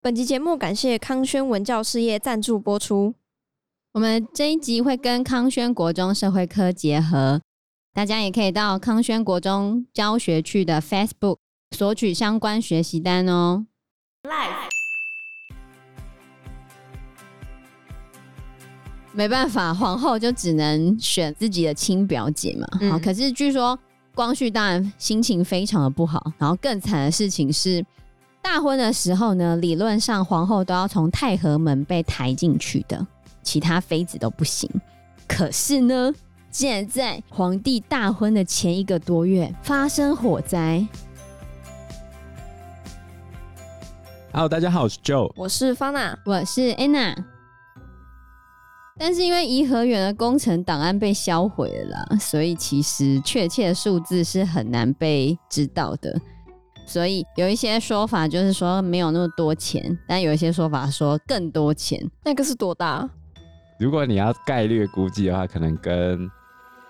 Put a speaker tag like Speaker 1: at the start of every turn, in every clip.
Speaker 1: 本集节目感谢康轩文教事业赞助播出。
Speaker 2: 我们这一集会跟康轩国中社会科结合，大家也可以到康轩国中教学区的 Facebook 索取相关学习单哦。没办法，皇后就只能选自己的亲表姐嘛。
Speaker 1: 嗯
Speaker 2: 好，可是据说光绪当然心情非常的不好，然后更惨的事情是，大婚的时候呢，理论上皇后都要从太和门被抬进去的，其他妃子都不行。可是呢，竟然在皇帝大婚的前一个多月发生火灾，
Speaker 3: Hello，大家好，我是 Joe。
Speaker 1: 我是方娜，
Speaker 2: 我是 Anna。但是因为颐和园的工程档案被销毁了啦，所以其实确切数字是很难被知道的。所以有一些说法就是说没有那么多钱，但有一些说法说更多钱。
Speaker 1: 那个是多大？
Speaker 3: 如果你要概率估计的话，可能跟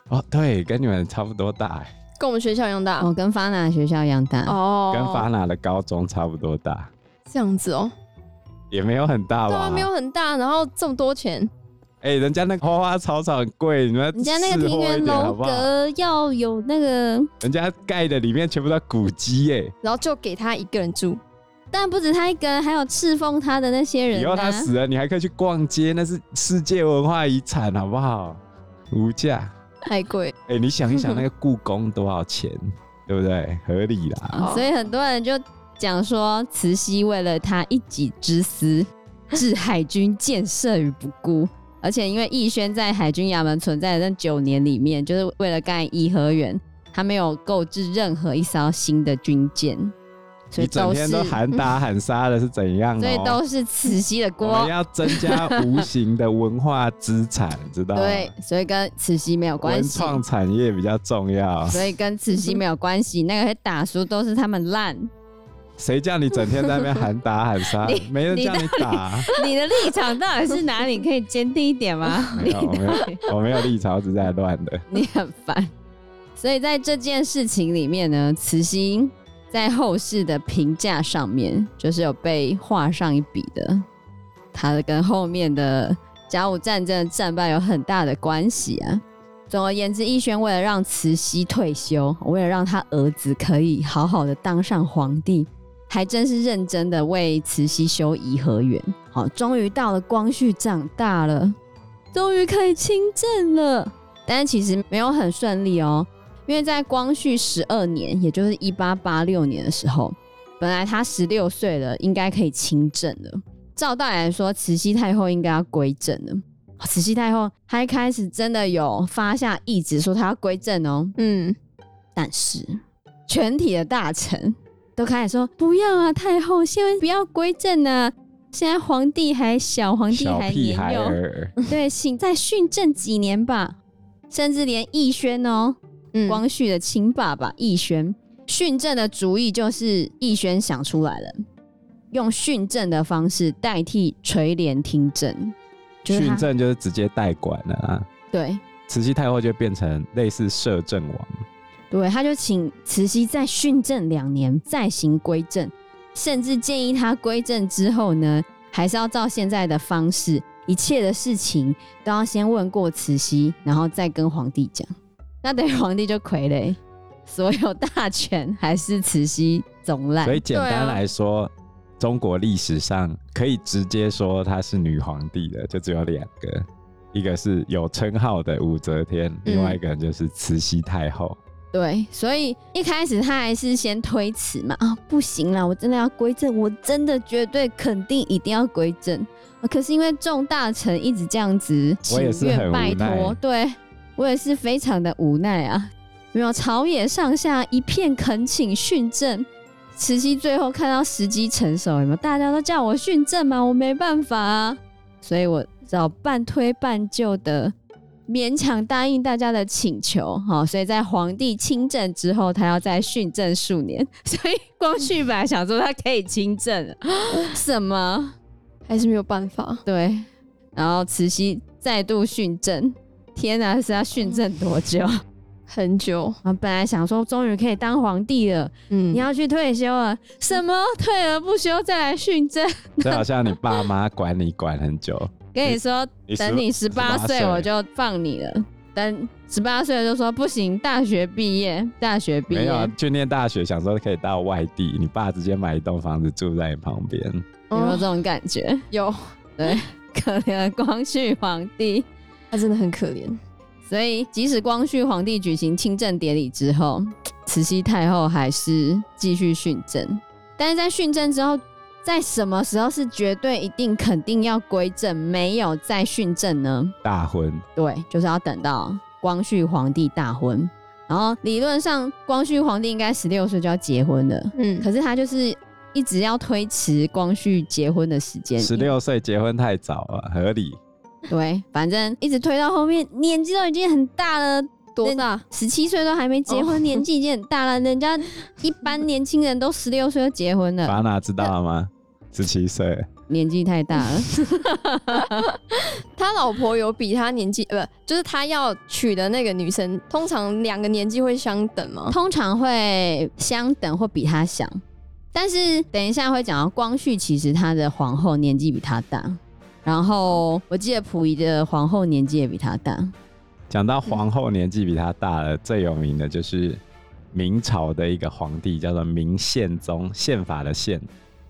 Speaker 3: 哦对，跟你们差不多大欸，
Speaker 1: 跟我们学校一样大
Speaker 2: 我、哦跟发娜学校一样大，
Speaker 1: 哦，
Speaker 3: 跟法纳的高中差不多大，
Speaker 1: 这样子哦，
Speaker 3: 也没有很大
Speaker 1: 对
Speaker 3: 吧
Speaker 1: 啊，？没有很大，然后这么多钱，
Speaker 3: 哎、人家那个花花草草很贵，你们
Speaker 2: 人家那个
Speaker 3: 识
Speaker 2: 庭
Speaker 3: 货一
Speaker 2: 园
Speaker 3: 点好
Speaker 2: 楼
Speaker 3: 不好
Speaker 2: 阁要有那个，
Speaker 3: 人家盖的里面全部都古迹哎耶、
Speaker 1: 然后就给他一个人住，
Speaker 2: 但不止他一个人，还有侍奉他的那些人、
Speaker 3: 以后他
Speaker 2: 啊。
Speaker 3: 死了，你还可以去逛街，那是世界文化遗产，好不好？无价。
Speaker 1: 太 贵。
Speaker 3: 哎、你想一想，那个故宫多少钱，对不对？合理啦。
Speaker 1: 哦
Speaker 2: 所以很多人就讲说，慈禧为了他一己之 私，置海军建设于不顾。而且因为奕轩在海军衙门存在的那九年里面，就是为了盖颐和园，他没有购置任何一艘新的军舰，所
Speaker 3: 你
Speaker 2: 以
Speaker 3: 整
Speaker 2: 都是
Speaker 3: 天都喊打喊杀的是怎样、哦？
Speaker 2: 所以都是慈禧的
Speaker 3: 我
Speaker 2: 锅
Speaker 3: 们。要增加无形的文化资产，知道吗？
Speaker 2: 对，，所以跟慈禧没有关
Speaker 3: 文
Speaker 2: 系，
Speaker 3: 创产业比较重 要。
Speaker 2: 所以跟慈禧没有关系。那个会打输都是他们烂。
Speaker 3: 谁叫你整天在那边喊打喊杀
Speaker 2: 你？
Speaker 3: 没人叫
Speaker 2: 你
Speaker 3: 你打。
Speaker 2: 你的立场到底是哪里？可以坚定一点吗？
Speaker 3: 没有， 我没有，我没有立场，我只是在乱的。
Speaker 2: 你很烦。所以在这件事情里面呢，慈禧在后世的评价上面，就是有被画上一笔的，她的跟后面的甲午战争的战败有很大的关系啊。总而言之，奕轩为了让慈禧退休，为了让他儿子可以好好的当上皇帝，还真是认真的为慈禧修颐和园。好，终于到了光绪长大了，终于可以亲政了。但是其实没有很顺利哦，因为在光绪十二年，也就是一八八六年的时候，本来他十六岁了，应该可以亲政了。照道理来说，慈禧太后应该要归政了。哦慈禧太后她一开始真的有发下意旨说她要归政哦，
Speaker 1: 嗯，
Speaker 2: 但是全体的大臣都开始说不要啊，太后现在不要归政啊，现在皇帝还小，皇帝
Speaker 3: 小
Speaker 2: 还
Speaker 3: 屁
Speaker 2: 年
Speaker 3: 孩啊
Speaker 2: 幼，
Speaker 3: 儿，
Speaker 2: 对，请再训政几年吧。甚至连奕轩哦，
Speaker 1: 嗯
Speaker 2: 光绪的亲爸爸奕轩训政的主意就是奕轩想出来了，用训政的方式代替垂帘听政，就是他
Speaker 3: 训政就是直接代管了啊。
Speaker 2: 对
Speaker 3: 慈禧太后就变成类似摄政王，
Speaker 2: 对，他就请慈禧再训政两年，再行归政，甚至建议他归政之后呢，还是要照现在的方式，一切的事情都要先问过慈禧，然后再跟皇帝讲。那等于皇帝就傀儡，所有大权还是慈禧总揽
Speaker 3: 所。以简
Speaker 1: 对啊
Speaker 3: 单来说，中国历史上可以直接说她是女皇帝的，就只有两个，一个是有称号的武则天，
Speaker 2: 嗯
Speaker 3: 另外一个人就是慈禧太后。
Speaker 2: 对，所以一开始他还是先推辞嘛，啊、不行啦，我真的要归正，我真的绝对肯定一定要归正。啊可是因为众大臣一直这样子请
Speaker 3: 我也
Speaker 2: 愿
Speaker 3: 是很无
Speaker 2: 拜托
Speaker 3: 奈，
Speaker 2: 对我也是非常的无奈啊。没有，朝野上下一片恳请训政。慈禧最后看到时机成熟，有没有？大家都叫我训政嘛，我没办法啊，所以我只好半推半就的勉强答应大家的请求。好，所以在皇帝亲政之后，他要再训政数年。 所以光绪本来想说他可以亲政了， 什么？
Speaker 1: 还是没有办法。
Speaker 2: 对，然后慈禧再度训政，天哪，是要训政多久？
Speaker 1: 很久，
Speaker 2: 我本来想说，终于可以当皇帝了，
Speaker 1: 嗯，
Speaker 2: 你要去退休了，什么退而不休再来训政？
Speaker 3: 就好像你爸妈管你管很 久，
Speaker 2: 跟你说，
Speaker 3: 你
Speaker 2: 等你十八
Speaker 3: 18
Speaker 2: 岁我就放你了。等十八岁就说不行，大学毕业，大学毕
Speaker 3: 没有啊
Speaker 2: 业，
Speaker 3: 去念大学，想说可以到外地，你爸直接买一栋房子住在你旁边，
Speaker 2: 有没有
Speaker 1: 哦
Speaker 2: 这种感觉？
Speaker 1: 有，
Speaker 2: 可怜的光绪皇帝。
Speaker 1: 他真的很可怜，
Speaker 2: 所以，即使光绪皇帝举行亲政典礼之后，慈禧太后还是继续训政。但是在训政之后，在什么时候是绝对一定肯定要归政，没有再训政呢？
Speaker 3: 大婚
Speaker 2: 对，就是要等到光绪皇帝大婚。然后理论上，光绪皇帝应该十六岁就要结婚了，
Speaker 1: 嗯，
Speaker 2: 可是他就是一直要推迟光绪结婚的时间。
Speaker 3: 十六岁结婚太早了，合理。
Speaker 2: 对，反正一直推到后面，年纪都已经很大了，
Speaker 1: 多大？
Speaker 2: 十七岁都还没结婚，
Speaker 1: 哦
Speaker 2: 年纪已经很大了。人家一般年轻人都十六岁就结婚了，
Speaker 3: 法娜知道了吗？十七岁，
Speaker 2: 年纪太大了。
Speaker 1: 他老婆有比他年纪，呃，不，就是他要娶的那个女生，通常两个年纪会相等吗？
Speaker 2: 通常会相等或比他小，但是等一下会讲到光绪，其实他的皇后年纪比他大，然后我记得溥仪的皇后年纪也比他大，
Speaker 3: 讲到皇后年纪比她大了，最有名的就是明朝的一个皇帝，叫做明宪宗，宪法的宪。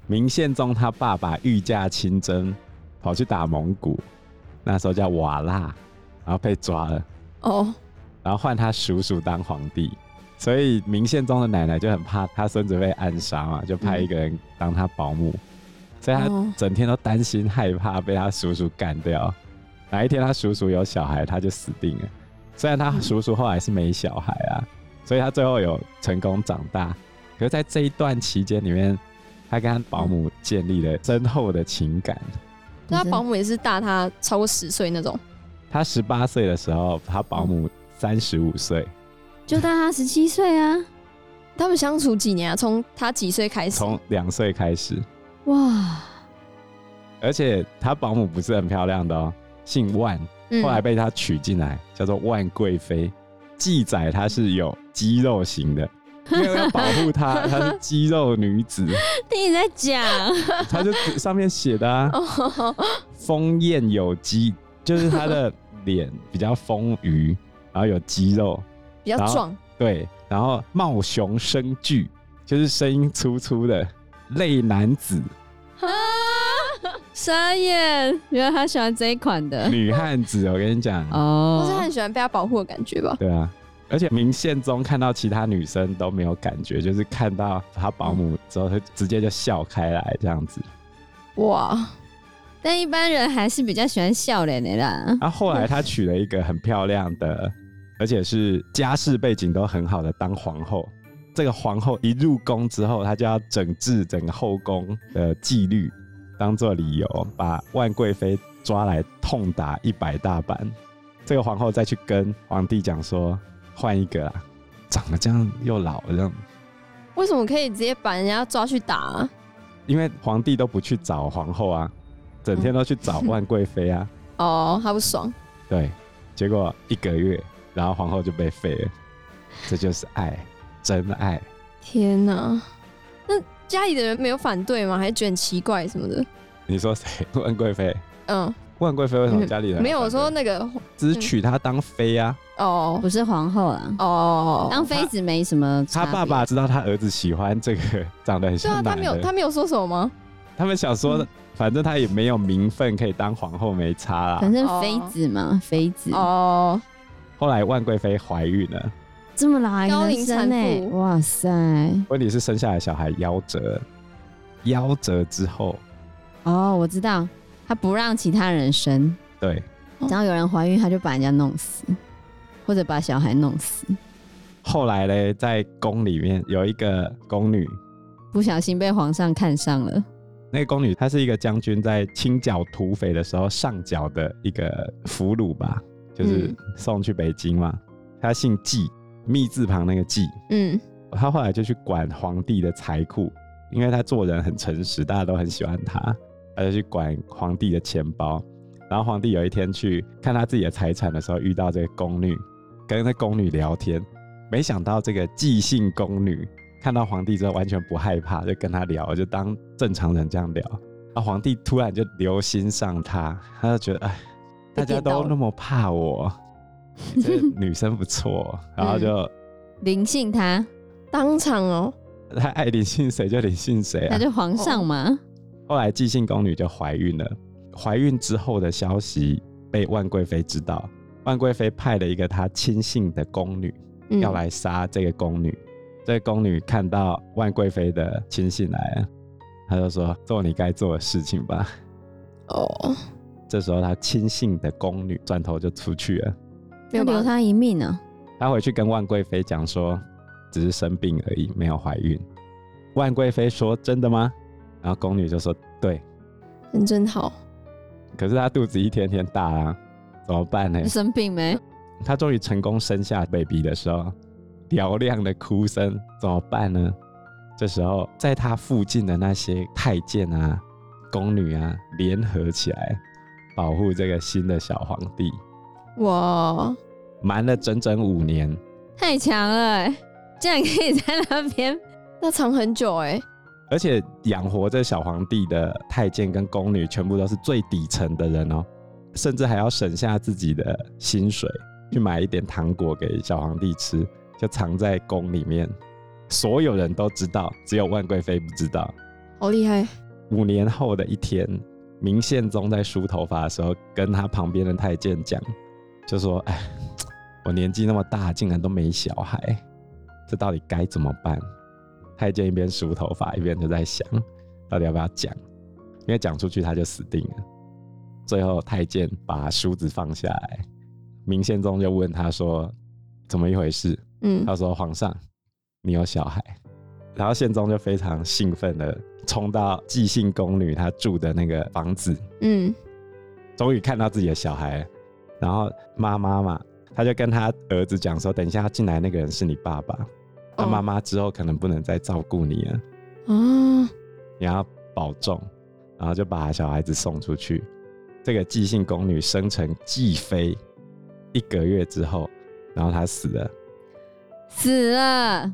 Speaker 3: 明宪宗他爸爸御驾亲征，跑去打蒙古，那时候叫瓦剌，然后被抓了，
Speaker 1: 哦，
Speaker 3: 然后换他叔叔当皇帝。所以明宪宗的奶奶就很怕他孙子被暗杀嘛，就派一个人当他保姆，所以他
Speaker 1: 哦
Speaker 3: 整天都担心害怕被他叔叔干掉。哪一天他叔叔有小孩，他就死定了。虽然他叔叔后来是没小孩啊，所以他最后有成功长大。可是，在这一段期间里面，他跟他保姆建立了深厚的情感。
Speaker 1: 那他保姆也是大他超过十岁那种，
Speaker 3: 他十八岁的时候，他保姆三十五岁，
Speaker 2: 就大他十七岁啊，
Speaker 1: 他们相处几年啊？从他几岁开始？
Speaker 3: 从两岁开始，
Speaker 2: 哇，
Speaker 3: 而且他保姆不是很漂亮的哦，姓万，
Speaker 1: 嗯
Speaker 3: 后 来被他娶进来，叫做万贵妃。记载她是有肌肉型 的，因为要保护她，她是肌肉女子，
Speaker 2: 听你在讲，
Speaker 3: 她就上面写的 啊，
Speaker 1: 哦，
Speaker 3: 丰艳有肌，就是她的脸比较丰 腴，然后有肌肉，
Speaker 1: 比较
Speaker 3: 然后
Speaker 1: 壮，
Speaker 3: 对，然后貌雄声巨，就是声音粗粗的，类男子、
Speaker 2: 傻眼，原来他喜欢这一款的
Speaker 3: 女汉子，我跟你讲，
Speaker 1: 或是他
Speaker 3: 嗯
Speaker 2: 哦，
Speaker 1: 很喜欢被他保护的感觉吧？
Speaker 3: 对啊，而且明宪宗看到其他女生都没有感觉，就是看到他保姆之后，他直接就笑开来这样子。
Speaker 1: 哇，
Speaker 2: 但一般人还是比较喜欢笑脸的啦。
Speaker 3: 然后后来他娶了一个很漂亮的， 而且是家世背景都很好的当皇后。这个皇后一入宫之后，她就要整治整个后宫的纪律，当做理由把万贵妃抓来痛打一百大板。这个皇后再去跟皇帝讲说，换一个啦，长得这样又老了这样。
Speaker 1: 为什么可以直接把人家抓去打啊、
Speaker 3: 因为皇帝都不去找皇后啊，整天都去找万贵 妃啊。
Speaker 1: 哦，他不爽，
Speaker 3: 对，结果一个月，然后皇后就被废了。这就是爱，真爱。
Speaker 1: 天哪！那家里的人没有反对吗？还是觉得很奇怪什么的？
Speaker 3: 你说谁？万贵妃？
Speaker 1: 嗯，
Speaker 3: 万贵妃为什么家里人
Speaker 1: 没有，我说
Speaker 3: 反对
Speaker 1: 那个
Speaker 3: 只娶她当妃啊。
Speaker 1: 哦
Speaker 2: 不是皇后啦，
Speaker 1: 哦，
Speaker 2: 当妃子没什么差
Speaker 3: 他
Speaker 2: 别。
Speaker 3: 爸爸知道他儿子喜欢这个长得很
Speaker 1: 对啊，
Speaker 3: 像
Speaker 1: 他
Speaker 3: 男
Speaker 1: 没有嗯
Speaker 3: 的，
Speaker 1: 他没有说什么吗？
Speaker 3: 他们想说，反正他也没有名分可以当皇后，没差啦
Speaker 2: 反。
Speaker 1: 嗯
Speaker 2: 正妃子嘛，妃子
Speaker 1: 哦，
Speaker 3: 后来万贵妃怀孕了，
Speaker 2: 这么老还
Speaker 1: 高
Speaker 2: 能
Speaker 1: 龄
Speaker 2: 生
Speaker 1: 产
Speaker 2: 呢、
Speaker 1: 妇
Speaker 2: 哇塞！
Speaker 3: 问题是生下来小孩夭折，夭折之后，
Speaker 2: 哦，我知道，他不让其他人生，
Speaker 3: 对，
Speaker 2: 然后有人怀孕，他就把人家弄死，或者把小孩弄死，
Speaker 3: 后来嘞，在宫里面有一个宫女，
Speaker 2: 不小心被皇上看上了。
Speaker 3: 那个宫女她是一个将军在清剿土匪的时候上缴的一个俘虏吧，就是
Speaker 1: 嗯
Speaker 3: 送去北京嘛。她姓纪，密字旁那个纪。
Speaker 1: 嗯，
Speaker 3: 她后来就去管皇帝的财库，因为她做人很诚实，大家都很喜欢她。她就去管皇帝的钱包。然后皇帝有一天去看他自己的财产的时候，遇到这个宫女，跟那宫女聊天，没想到这个姬姓宫女看到皇帝之后完全不害怕，就跟他聊，就当正常人这样聊。啊，皇帝突然就留心上她，他就觉得哎，
Speaker 1: 被
Speaker 3: 大家
Speaker 1: 电到
Speaker 3: 都
Speaker 1: 了
Speaker 3: 那么怕我， 这个女生不错，然后就
Speaker 2: 灵性他，
Speaker 1: 当场哦，
Speaker 3: 他爱临幸谁就临幸谁
Speaker 2: 他。
Speaker 3: 啊
Speaker 2: 就皇上
Speaker 1: 哦
Speaker 2: 嘛，
Speaker 3: 后来姬姓宫女就怀孕了，怀孕之后的消息被万贵妃知道，万贵妃派了一个她亲信的宫女
Speaker 1: 嗯
Speaker 3: 要来杀这个宫女。这个宫女看到万贵妃的亲信来了，她就说：“做你该做的事情吧。
Speaker 1: 哦，”
Speaker 3: 这时候，她亲信的宫女转头就出去了。
Speaker 1: 没
Speaker 2: 要
Speaker 1: 有
Speaker 2: 留
Speaker 1: 吧？
Speaker 2: 他一命啊呢、
Speaker 3: 她回去跟万贵妃讲说：“只是生病而已，没有怀孕。”万贵妃说：“真的吗？”然后宫女就说：“对。
Speaker 1: 人真好，”
Speaker 3: 可是她肚子一天天大啊，怎么办呢？
Speaker 2: 生病没？
Speaker 3: 她终于成功生下 baby 的时候，嘹亮的哭声怎么办呢？这时候，在她附近的那些太监啊、宫女啊，联合起来保护这个新的小皇帝，
Speaker 1: 哇，
Speaker 3: 瞒了整整五年。
Speaker 2: 太强了、欸，竟然可以在那边，
Speaker 1: 那藏很久哎、
Speaker 3: 而且养活这小皇帝的太监跟宫女，全部都是最底层的人哦，甚至还要省下自己的薪水去买一点糖果给小皇帝吃，就藏在宫里面。所有人都知道，只有万贵妃不知道。
Speaker 1: 好厉害，
Speaker 3: 五年后的一天，明宪宗在梳头发的时候，跟他旁边的太监讲，就说：“哎，我年纪那么大，竟然都没小孩，这到底该怎么办？”太监一边梳头发，一边就在想，到底要不要讲，因为讲出去他就死定了。最后，太监把梳子放下来，明宪宗就问他说：“怎么一回事？”
Speaker 1: 嗯，
Speaker 3: 他说：“皇上，你有小孩。”然后宪宗就非常兴奋的冲到纪信宫女她住的那个房子，
Speaker 1: 嗯，
Speaker 3: 终于看到自己的小孩了。然后妈妈嘛，他就跟他儿子讲说：“等一下进来那个人是你爸爸，那
Speaker 1: 哦
Speaker 3: 妈妈之后可能不能再照顾你了，
Speaker 1: 啊，
Speaker 3: 你要保重。”然后就把小孩子送出去。这个纪信宫女生成继妃一个月之后，然后她死了。
Speaker 2: 死了。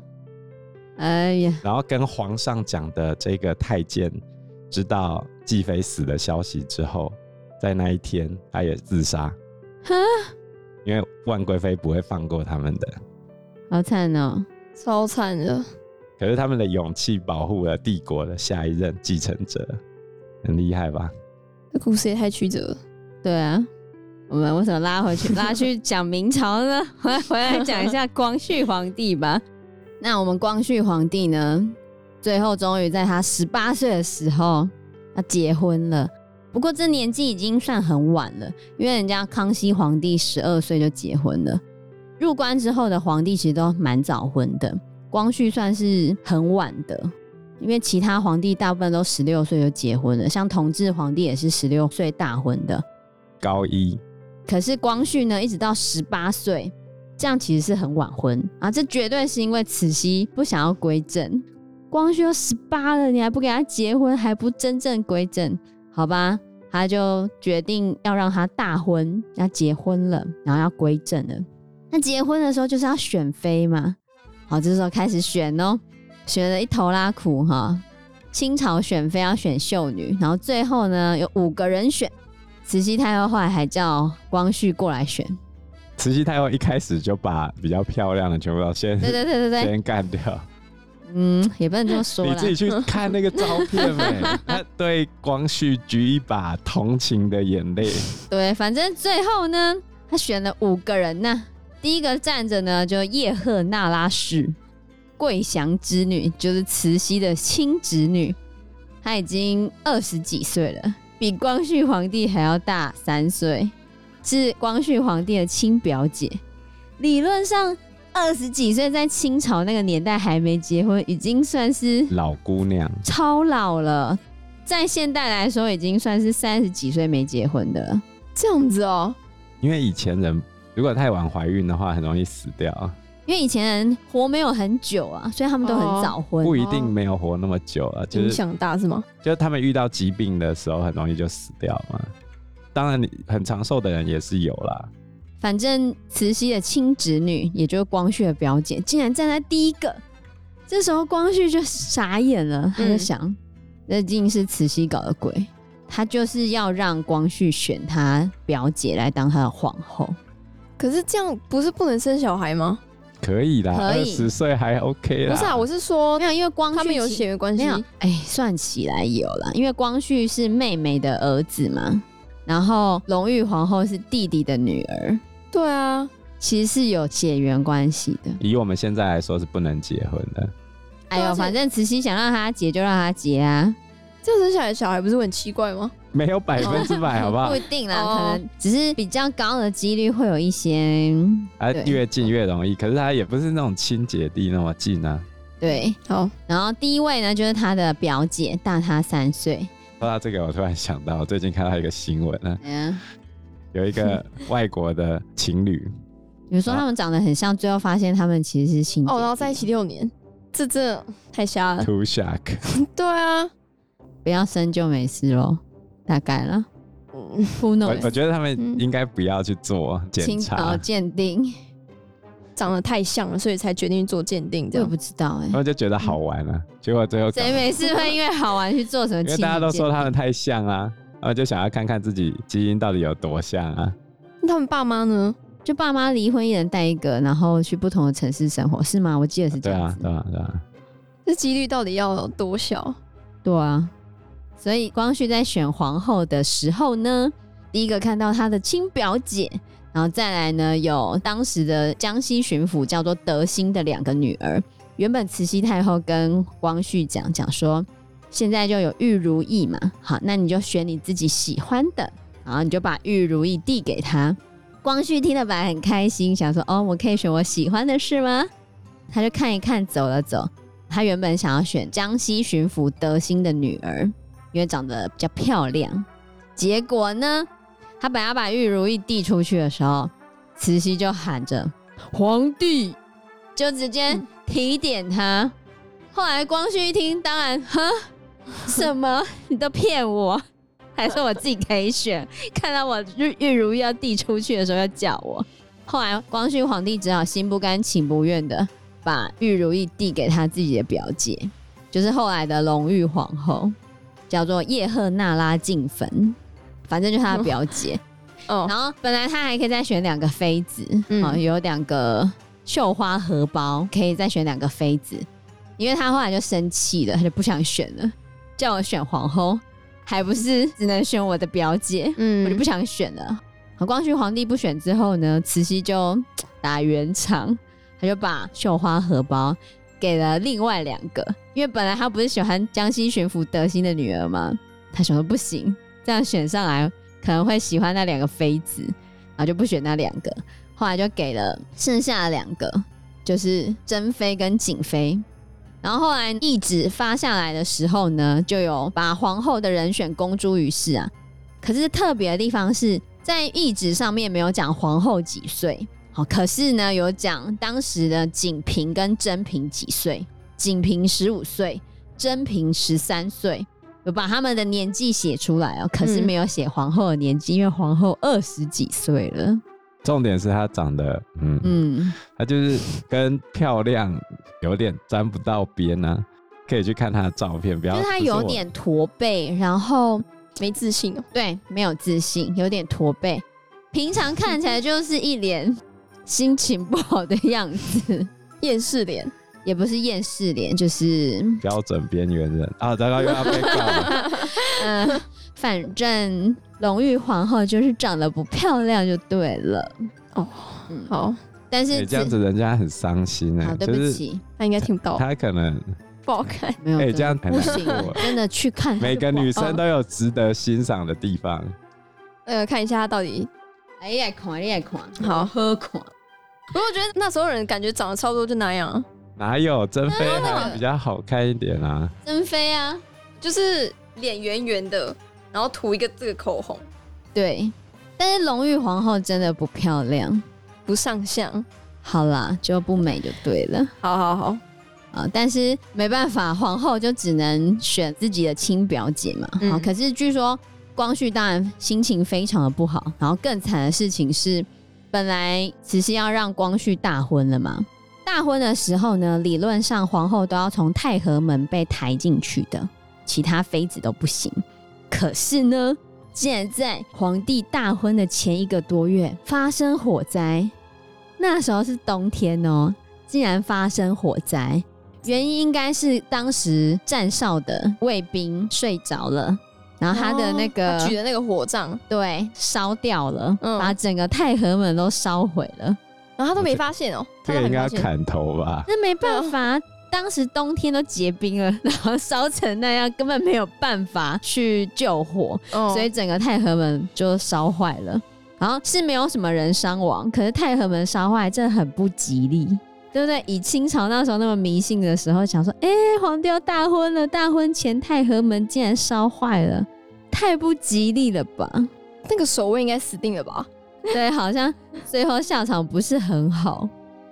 Speaker 2: 哎呀，
Speaker 3: 然后跟皇上讲的这个太监知道继妃死的消息之后，在那一天他也自杀，
Speaker 2: 哈，
Speaker 3: 因为万贵妃不会放过他们的。
Speaker 2: 好惨哦、
Speaker 1: 超惨的，
Speaker 3: 可是他们的勇气保护了帝国的下一任继承者，很厉害吧？
Speaker 1: 这故事也太曲折了。
Speaker 2: 对啊，我们为什么拉回去拉去讲明朝呢？回来回来讲一下光绪皇帝吧。那我们光绪皇帝呢，最后终于在他十八岁的时候，他结婚了。不过这年纪已经算很晚了，因为人家康熙皇帝十二岁就结婚了。入关之后的皇帝其实都蛮早婚的，光绪算是很晚的，因为其他皇帝大部分都十六岁就结婚了，像同治皇帝也是十六岁大婚的。
Speaker 3: 高一
Speaker 2: 可是光绪呢，一直到十八岁，这样其实是很晚婚啊。这绝对是因为慈禧不想要归正，光绪都十八了，你还不给他结婚，还不真正归正，好吧？他就决定要让他大婚，要结婚了，然后要归正了。那结婚的时候就是要选妃嘛，好，这时候开始选哦，选了一头拉苦哈。清朝选妃要选秀女，然后最后呢有五个人选，慈禧太后后来还叫光绪过来选，
Speaker 3: 慈禧太后一开始就把比较漂亮的全部都先
Speaker 2: 对对对对对，
Speaker 3: 先干掉，
Speaker 2: 嗯，也不能这么说
Speaker 3: 你
Speaker 2: 啦
Speaker 3: 自，己去看那个照片呗、 他对光绪举一把同情的眼泪。
Speaker 2: 对，反正最后呢，他选了五个人呐、第一个站着呢，就叶赫那拉氏，桂祥之女，就是慈禧的亲侄女，她已经二十几岁了，比光绪皇帝还要大三岁，是光绪皇帝的亲表姐。理论上，二十几岁在清朝那个年代还没结婚，已经算是
Speaker 3: 老姑娘，
Speaker 2: 超老了，在现代来说已经算是三十几岁没结婚的了。
Speaker 1: 这样子哦，
Speaker 3: 因为以前人如果太晚怀孕的话，很容易死掉，
Speaker 2: 因为以前人活没有很久啊，所以他们都
Speaker 1: 哦
Speaker 2: 很早婚。
Speaker 3: 不一定没有活那么久啊。就
Speaker 1: 影
Speaker 3: 是
Speaker 1: 响大是吗？
Speaker 3: 就是他们遇到疾病的时候，很容易就死掉嘛。当然，你很长寿的人也是有啦，
Speaker 2: 反正慈禧的亲侄女，也就是光绪的表姐，竟然站在第一个。这时候光绪就傻眼了，他就
Speaker 1: 嗯
Speaker 2: 想，那一定是慈禧搞的鬼。他就是要让光绪选他表姐来当他的皇后。
Speaker 1: 可是这样不是不能生小孩吗？
Speaker 3: 可以啦，
Speaker 2: 可
Speaker 3: 二
Speaker 2: 以
Speaker 3: 十岁还 OK 啦。
Speaker 1: 不是啊，我是说
Speaker 2: 没有，因为光绪
Speaker 1: 他们有
Speaker 2: 其
Speaker 1: 血缘关
Speaker 2: 没
Speaker 1: 系，
Speaker 2: 有，哎，算起来有啦，因为光绪是妹妹的儿子嘛，然后隆裕皇后是弟弟的女儿，
Speaker 1: 对啊，
Speaker 2: 其实是有血缘关系的。
Speaker 3: 以我们现在来说是不能结婚的。
Speaker 2: 哎
Speaker 1: 对
Speaker 2: 呦，
Speaker 1: 啊这
Speaker 2: 反正慈禧想让她结就让她结啊，
Speaker 1: 这样生下来的小孩不是很奇怪吗？
Speaker 3: 没有百分之百，好 不好
Speaker 2: 不一？定啦，
Speaker 1: 哦
Speaker 2: 可能只是比较高的几率会有一些
Speaker 3: 啊，
Speaker 2: 对
Speaker 3: 越近越容易，可是他也不是那种亲姐弟那么近啊。
Speaker 2: 对。
Speaker 1: 好，
Speaker 2: 然后第一位呢，就是她的表姐，大她三岁。
Speaker 3: 说到这个，我突然想到，我最近看到一个新闻啊，
Speaker 2: 嗯，
Speaker 3: 有一个外国的情 侣，
Speaker 2: 你说他们长得很像，最后发现他们其实是亲姐
Speaker 1: 哦，
Speaker 2: 弟
Speaker 1: 然后在一起六年，这真的太瞎了。
Speaker 3: Two Shark，
Speaker 1: 对啊，
Speaker 2: 不要生就没事喽，大概了。
Speaker 1: 嗯，
Speaker 2: Who
Speaker 3: 我
Speaker 2: knows？
Speaker 3: 我觉得他们
Speaker 1: 嗯
Speaker 3: 应该不要去做检
Speaker 2: 亲
Speaker 3: 查
Speaker 2: 哦，鉴定，
Speaker 1: 长得太像了，所以才决定做鉴定这
Speaker 2: 我
Speaker 1: 样。
Speaker 2: 不知道哎、
Speaker 3: 他们就觉得好玩啊，
Speaker 2: 嗯
Speaker 3: 结果最后搞
Speaker 2: 谁没事会因为好玩去做什么
Speaker 3: 因
Speaker 2: 亲子
Speaker 3: 为
Speaker 2: 鉴定？
Speaker 3: 大家都说他们太像啊，他们就想要看看自己基因到底有多像啊。
Speaker 2: 嗯
Speaker 1: 那他们爸妈呢？
Speaker 2: 就爸妈离婚，一人带一个，然后去不同的城市生活，是吗？我记得是这
Speaker 3: 对
Speaker 2: 样
Speaker 3: 啊
Speaker 2: 子，。
Speaker 3: 对啊，对啊，
Speaker 1: 这几率到底要有多小？
Speaker 2: 对啊，所以光绪在选皇后的时候呢，第一个看到他的亲表姐，然后再来呢有当时的江西巡抚叫做德兴的两个女儿。原本慈禧太后跟光绪讲讲说，现在就有玉如意嘛，好，那你就选你自己喜欢的，然后你就把玉如意递给她。光绪听了本来很开心，想说哦，我可以选我喜欢的是吗？他就看一看，走了走，他原本想要选江西巡抚德兴的女儿，因为长得比较漂亮。结果呢，他本来要把玉如意递出去的时候，慈禧就喊着“皇帝”，就直接提点他。后来光绪一听，当然，哈，什么？你都骗我？还说我自己可以选？看到我玉玉如意要递出去的时候，要叫我。后来光绪皇帝只好心不甘情不愿的把玉如意递给他自己的表姐，就是后来的隆裕皇后，叫做叶赫那拉敬坟，反正就是他的表姐。
Speaker 1: 哦，
Speaker 2: 然后本来他还可以再选两个妃子，
Speaker 1: 嗯
Speaker 2: 啊、有两个绣花荷包，可以再选两个妃子，因为他后来就生气了，他就不想选了，叫我选皇后，还不是只能选我的表姐，我就
Speaker 1: 嗯
Speaker 2: 不，想选了。好光绪皇帝不选之后呢，慈禧就打圆场，他就把绣花荷包给了另外两个，因为本来他不是喜欢江西巡抚德兴的女儿嘛，他想说不行，这样选上来可能会喜欢那两个妃子，然后就不选那两个，后来就给了剩下的两个，就是珍妃跟景妃。然后后来懿旨发下来的时候呢，就有把皇后的人选公诸于世啊，可是特别的地方是在懿旨上面没有讲皇后几岁，好，可是呢有讲当时的景嫔跟珍嫔几岁，景嫔十五岁，珍嫔十三岁，有把他们的年纪写出来哦，可是
Speaker 1: 嗯
Speaker 2: 没有写皇后的年纪，因为皇后二十几岁了，
Speaker 3: 重点是他长得，嗯，
Speaker 2: 嗯，
Speaker 3: 他就是跟漂亮有点沾不到边啊。可以去看他的照片，不要
Speaker 2: 因为她
Speaker 3: 不是我
Speaker 2: 有点驼背，然后
Speaker 1: 没自信哦。
Speaker 2: 对，没有自信，有点驼背，平常看起来就是一脸心情不好的样子。
Speaker 1: 厌世脸，
Speaker 2: 也不是厌世脸，就是
Speaker 3: 标准边缘人啊，糟糕又 要被告了。
Speaker 2: 嗯、呃反正隆裕皇后就是长得不漂亮就对了。
Speaker 1: 好，
Speaker 2: 但
Speaker 3: 你、
Speaker 2: 是
Speaker 3: 哎欸这样
Speaker 2: 只
Speaker 3: 子人家很伤心哎、
Speaker 2: 好，对
Speaker 3: 就
Speaker 2: 不
Speaker 3: 是
Speaker 2: 起，
Speaker 1: 他应该听不到，
Speaker 3: 他可能
Speaker 1: 不好看。
Speaker 2: 没有真
Speaker 3: 哎、
Speaker 2: 的
Speaker 3: 这样很
Speaker 2: 不
Speaker 3: 难
Speaker 2: 行，
Speaker 3: 过。
Speaker 2: 真的去看她
Speaker 3: 每
Speaker 2: 就
Speaker 3: 个
Speaker 2: 不好
Speaker 3: 女生都有值得欣赏的地方。
Speaker 1: 呃，看一下他到底。
Speaker 2: 哎呀，看你也看，
Speaker 1: 好
Speaker 2: 喝看。
Speaker 1: 不过我觉得那时候人感觉长得差不多就那样啊，
Speaker 3: 哪有珍妃
Speaker 1: 那
Speaker 3: 还
Speaker 1: 个
Speaker 3: 比较好看一点啊？
Speaker 2: 珍妃啊，
Speaker 1: 就是脸圆圆的，然后涂一个这个口红，
Speaker 2: 对，但是隆裕皇后真的不漂亮。
Speaker 1: 不上相。
Speaker 2: 好啦，就不美就对了
Speaker 1: 好好好，
Speaker 2: 啊、但是没办法，皇后就只能选自己的亲表姐嘛。好、
Speaker 1: 嗯
Speaker 2: 可是据说光绪当然心情非常的不好，然后更惨的事情是，本来慈禧要让光绪大婚了嘛，大婚的时候呢，理论上皇后都要从太和门被抬进去的，其他妃子都不行。可是呢，竟然在皇帝大婚的前一个多月发生火灾，那时候是冬天哦，竟然发生火灾，原因应该是当时站哨的卫兵睡着了，然后他的那个、
Speaker 1: 哦他举的那个火仗，
Speaker 2: 对，烧掉了，
Speaker 1: 嗯
Speaker 2: 把整个太和门都烧毁了。
Speaker 1: 然后他都没发现哦、他
Speaker 3: 这个
Speaker 1: 都
Speaker 3: 应
Speaker 1: 没
Speaker 3: 该
Speaker 1: 发
Speaker 3: 要
Speaker 1: 现。
Speaker 3: 砍头吧？
Speaker 2: 那没办法，当时冬天都结冰了，然后烧成那样，根本没有办法去救火，
Speaker 1: 嗯
Speaker 2: 所以整个太和门就烧坏了。然后是没有什么人伤亡，可是太和门烧坏真的很不吉利，对不对？以清朝那时候那么迷信的时候，想说，哎、皇帝要大婚了，大婚前太和门竟然烧坏了，太不吉利了吧？
Speaker 1: 那个守卫应该死定了吧？
Speaker 2: 对，好像最后下场不是很好。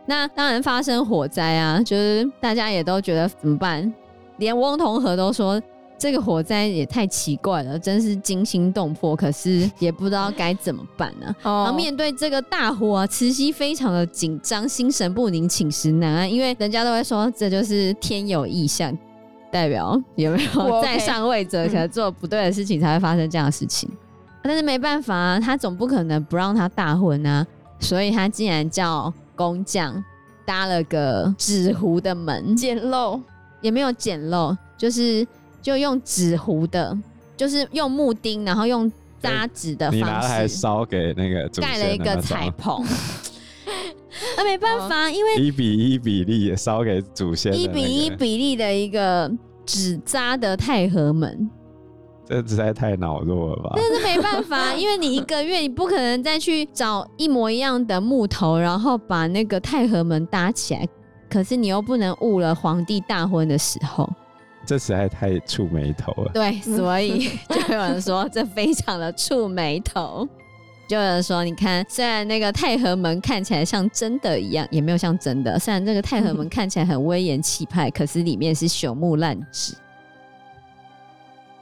Speaker 2: 那当然发生火灾啊，就是大家也都觉得怎么办？连翁同和都说这个火灾也太奇怪了，真是惊心动魄，可是也不知道该怎么办呢、
Speaker 1: 哦
Speaker 2: 然后面对这个大火、啊，慈禧非常的紧张，心神不宁，寝食难安，因为人家都会说这就是天有异象，代表有没
Speaker 1: 我
Speaker 2: 有
Speaker 1: OK
Speaker 2: 在上位者
Speaker 1: 嗯
Speaker 2: 可能做不对的事情才会发生这样的事情。但是没办法啊，他总不可能不让他大婚啊，所以他竟然叫工匠搭了个纸糊的门，
Speaker 1: 简陋，
Speaker 2: 也没有简陋，就是就用纸糊的，就是用木钉，然后用扎纸的
Speaker 3: 哎你拿
Speaker 2: 方
Speaker 3: 来
Speaker 2: 式。
Speaker 3: 烧给那个祖
Speaker 2: 盖了一
Speaker 3: 先的
Speaker 2: 个
Speaker 3: 那
Speaker 2: 彩
Speaker 3: 种，
Speaker 2: 棚。啊，没办法，因为
Speaker 3: 一比一比例烧给祖先的
Speaker 2: 一
Speaker 3: 那个
Speaker 2: 比一，比例的一个纸扎的太和门，
Speaker 3: 这实在太脑弱了吧？
Speaker 2: 但是没办 法，因为你一个月你不可能再去找一模一样的木头，然后把那个太和门搭起来。可是你又不能误了皇帝大婚的时候，
Speaker 3: 这实在太触眉头了。
Speaker 2: 对，
Speaker 1: 嗯
Speaker 2: 所以 就有人说这非常的触眉头。就有人说，你看，虽然那个太和门看起来像真的一样，也没有像真的。虽然这个太和
Speaker 1: 嗯
Speaker 2: 门看起来很威严气派，可是里面是朽木烂纸。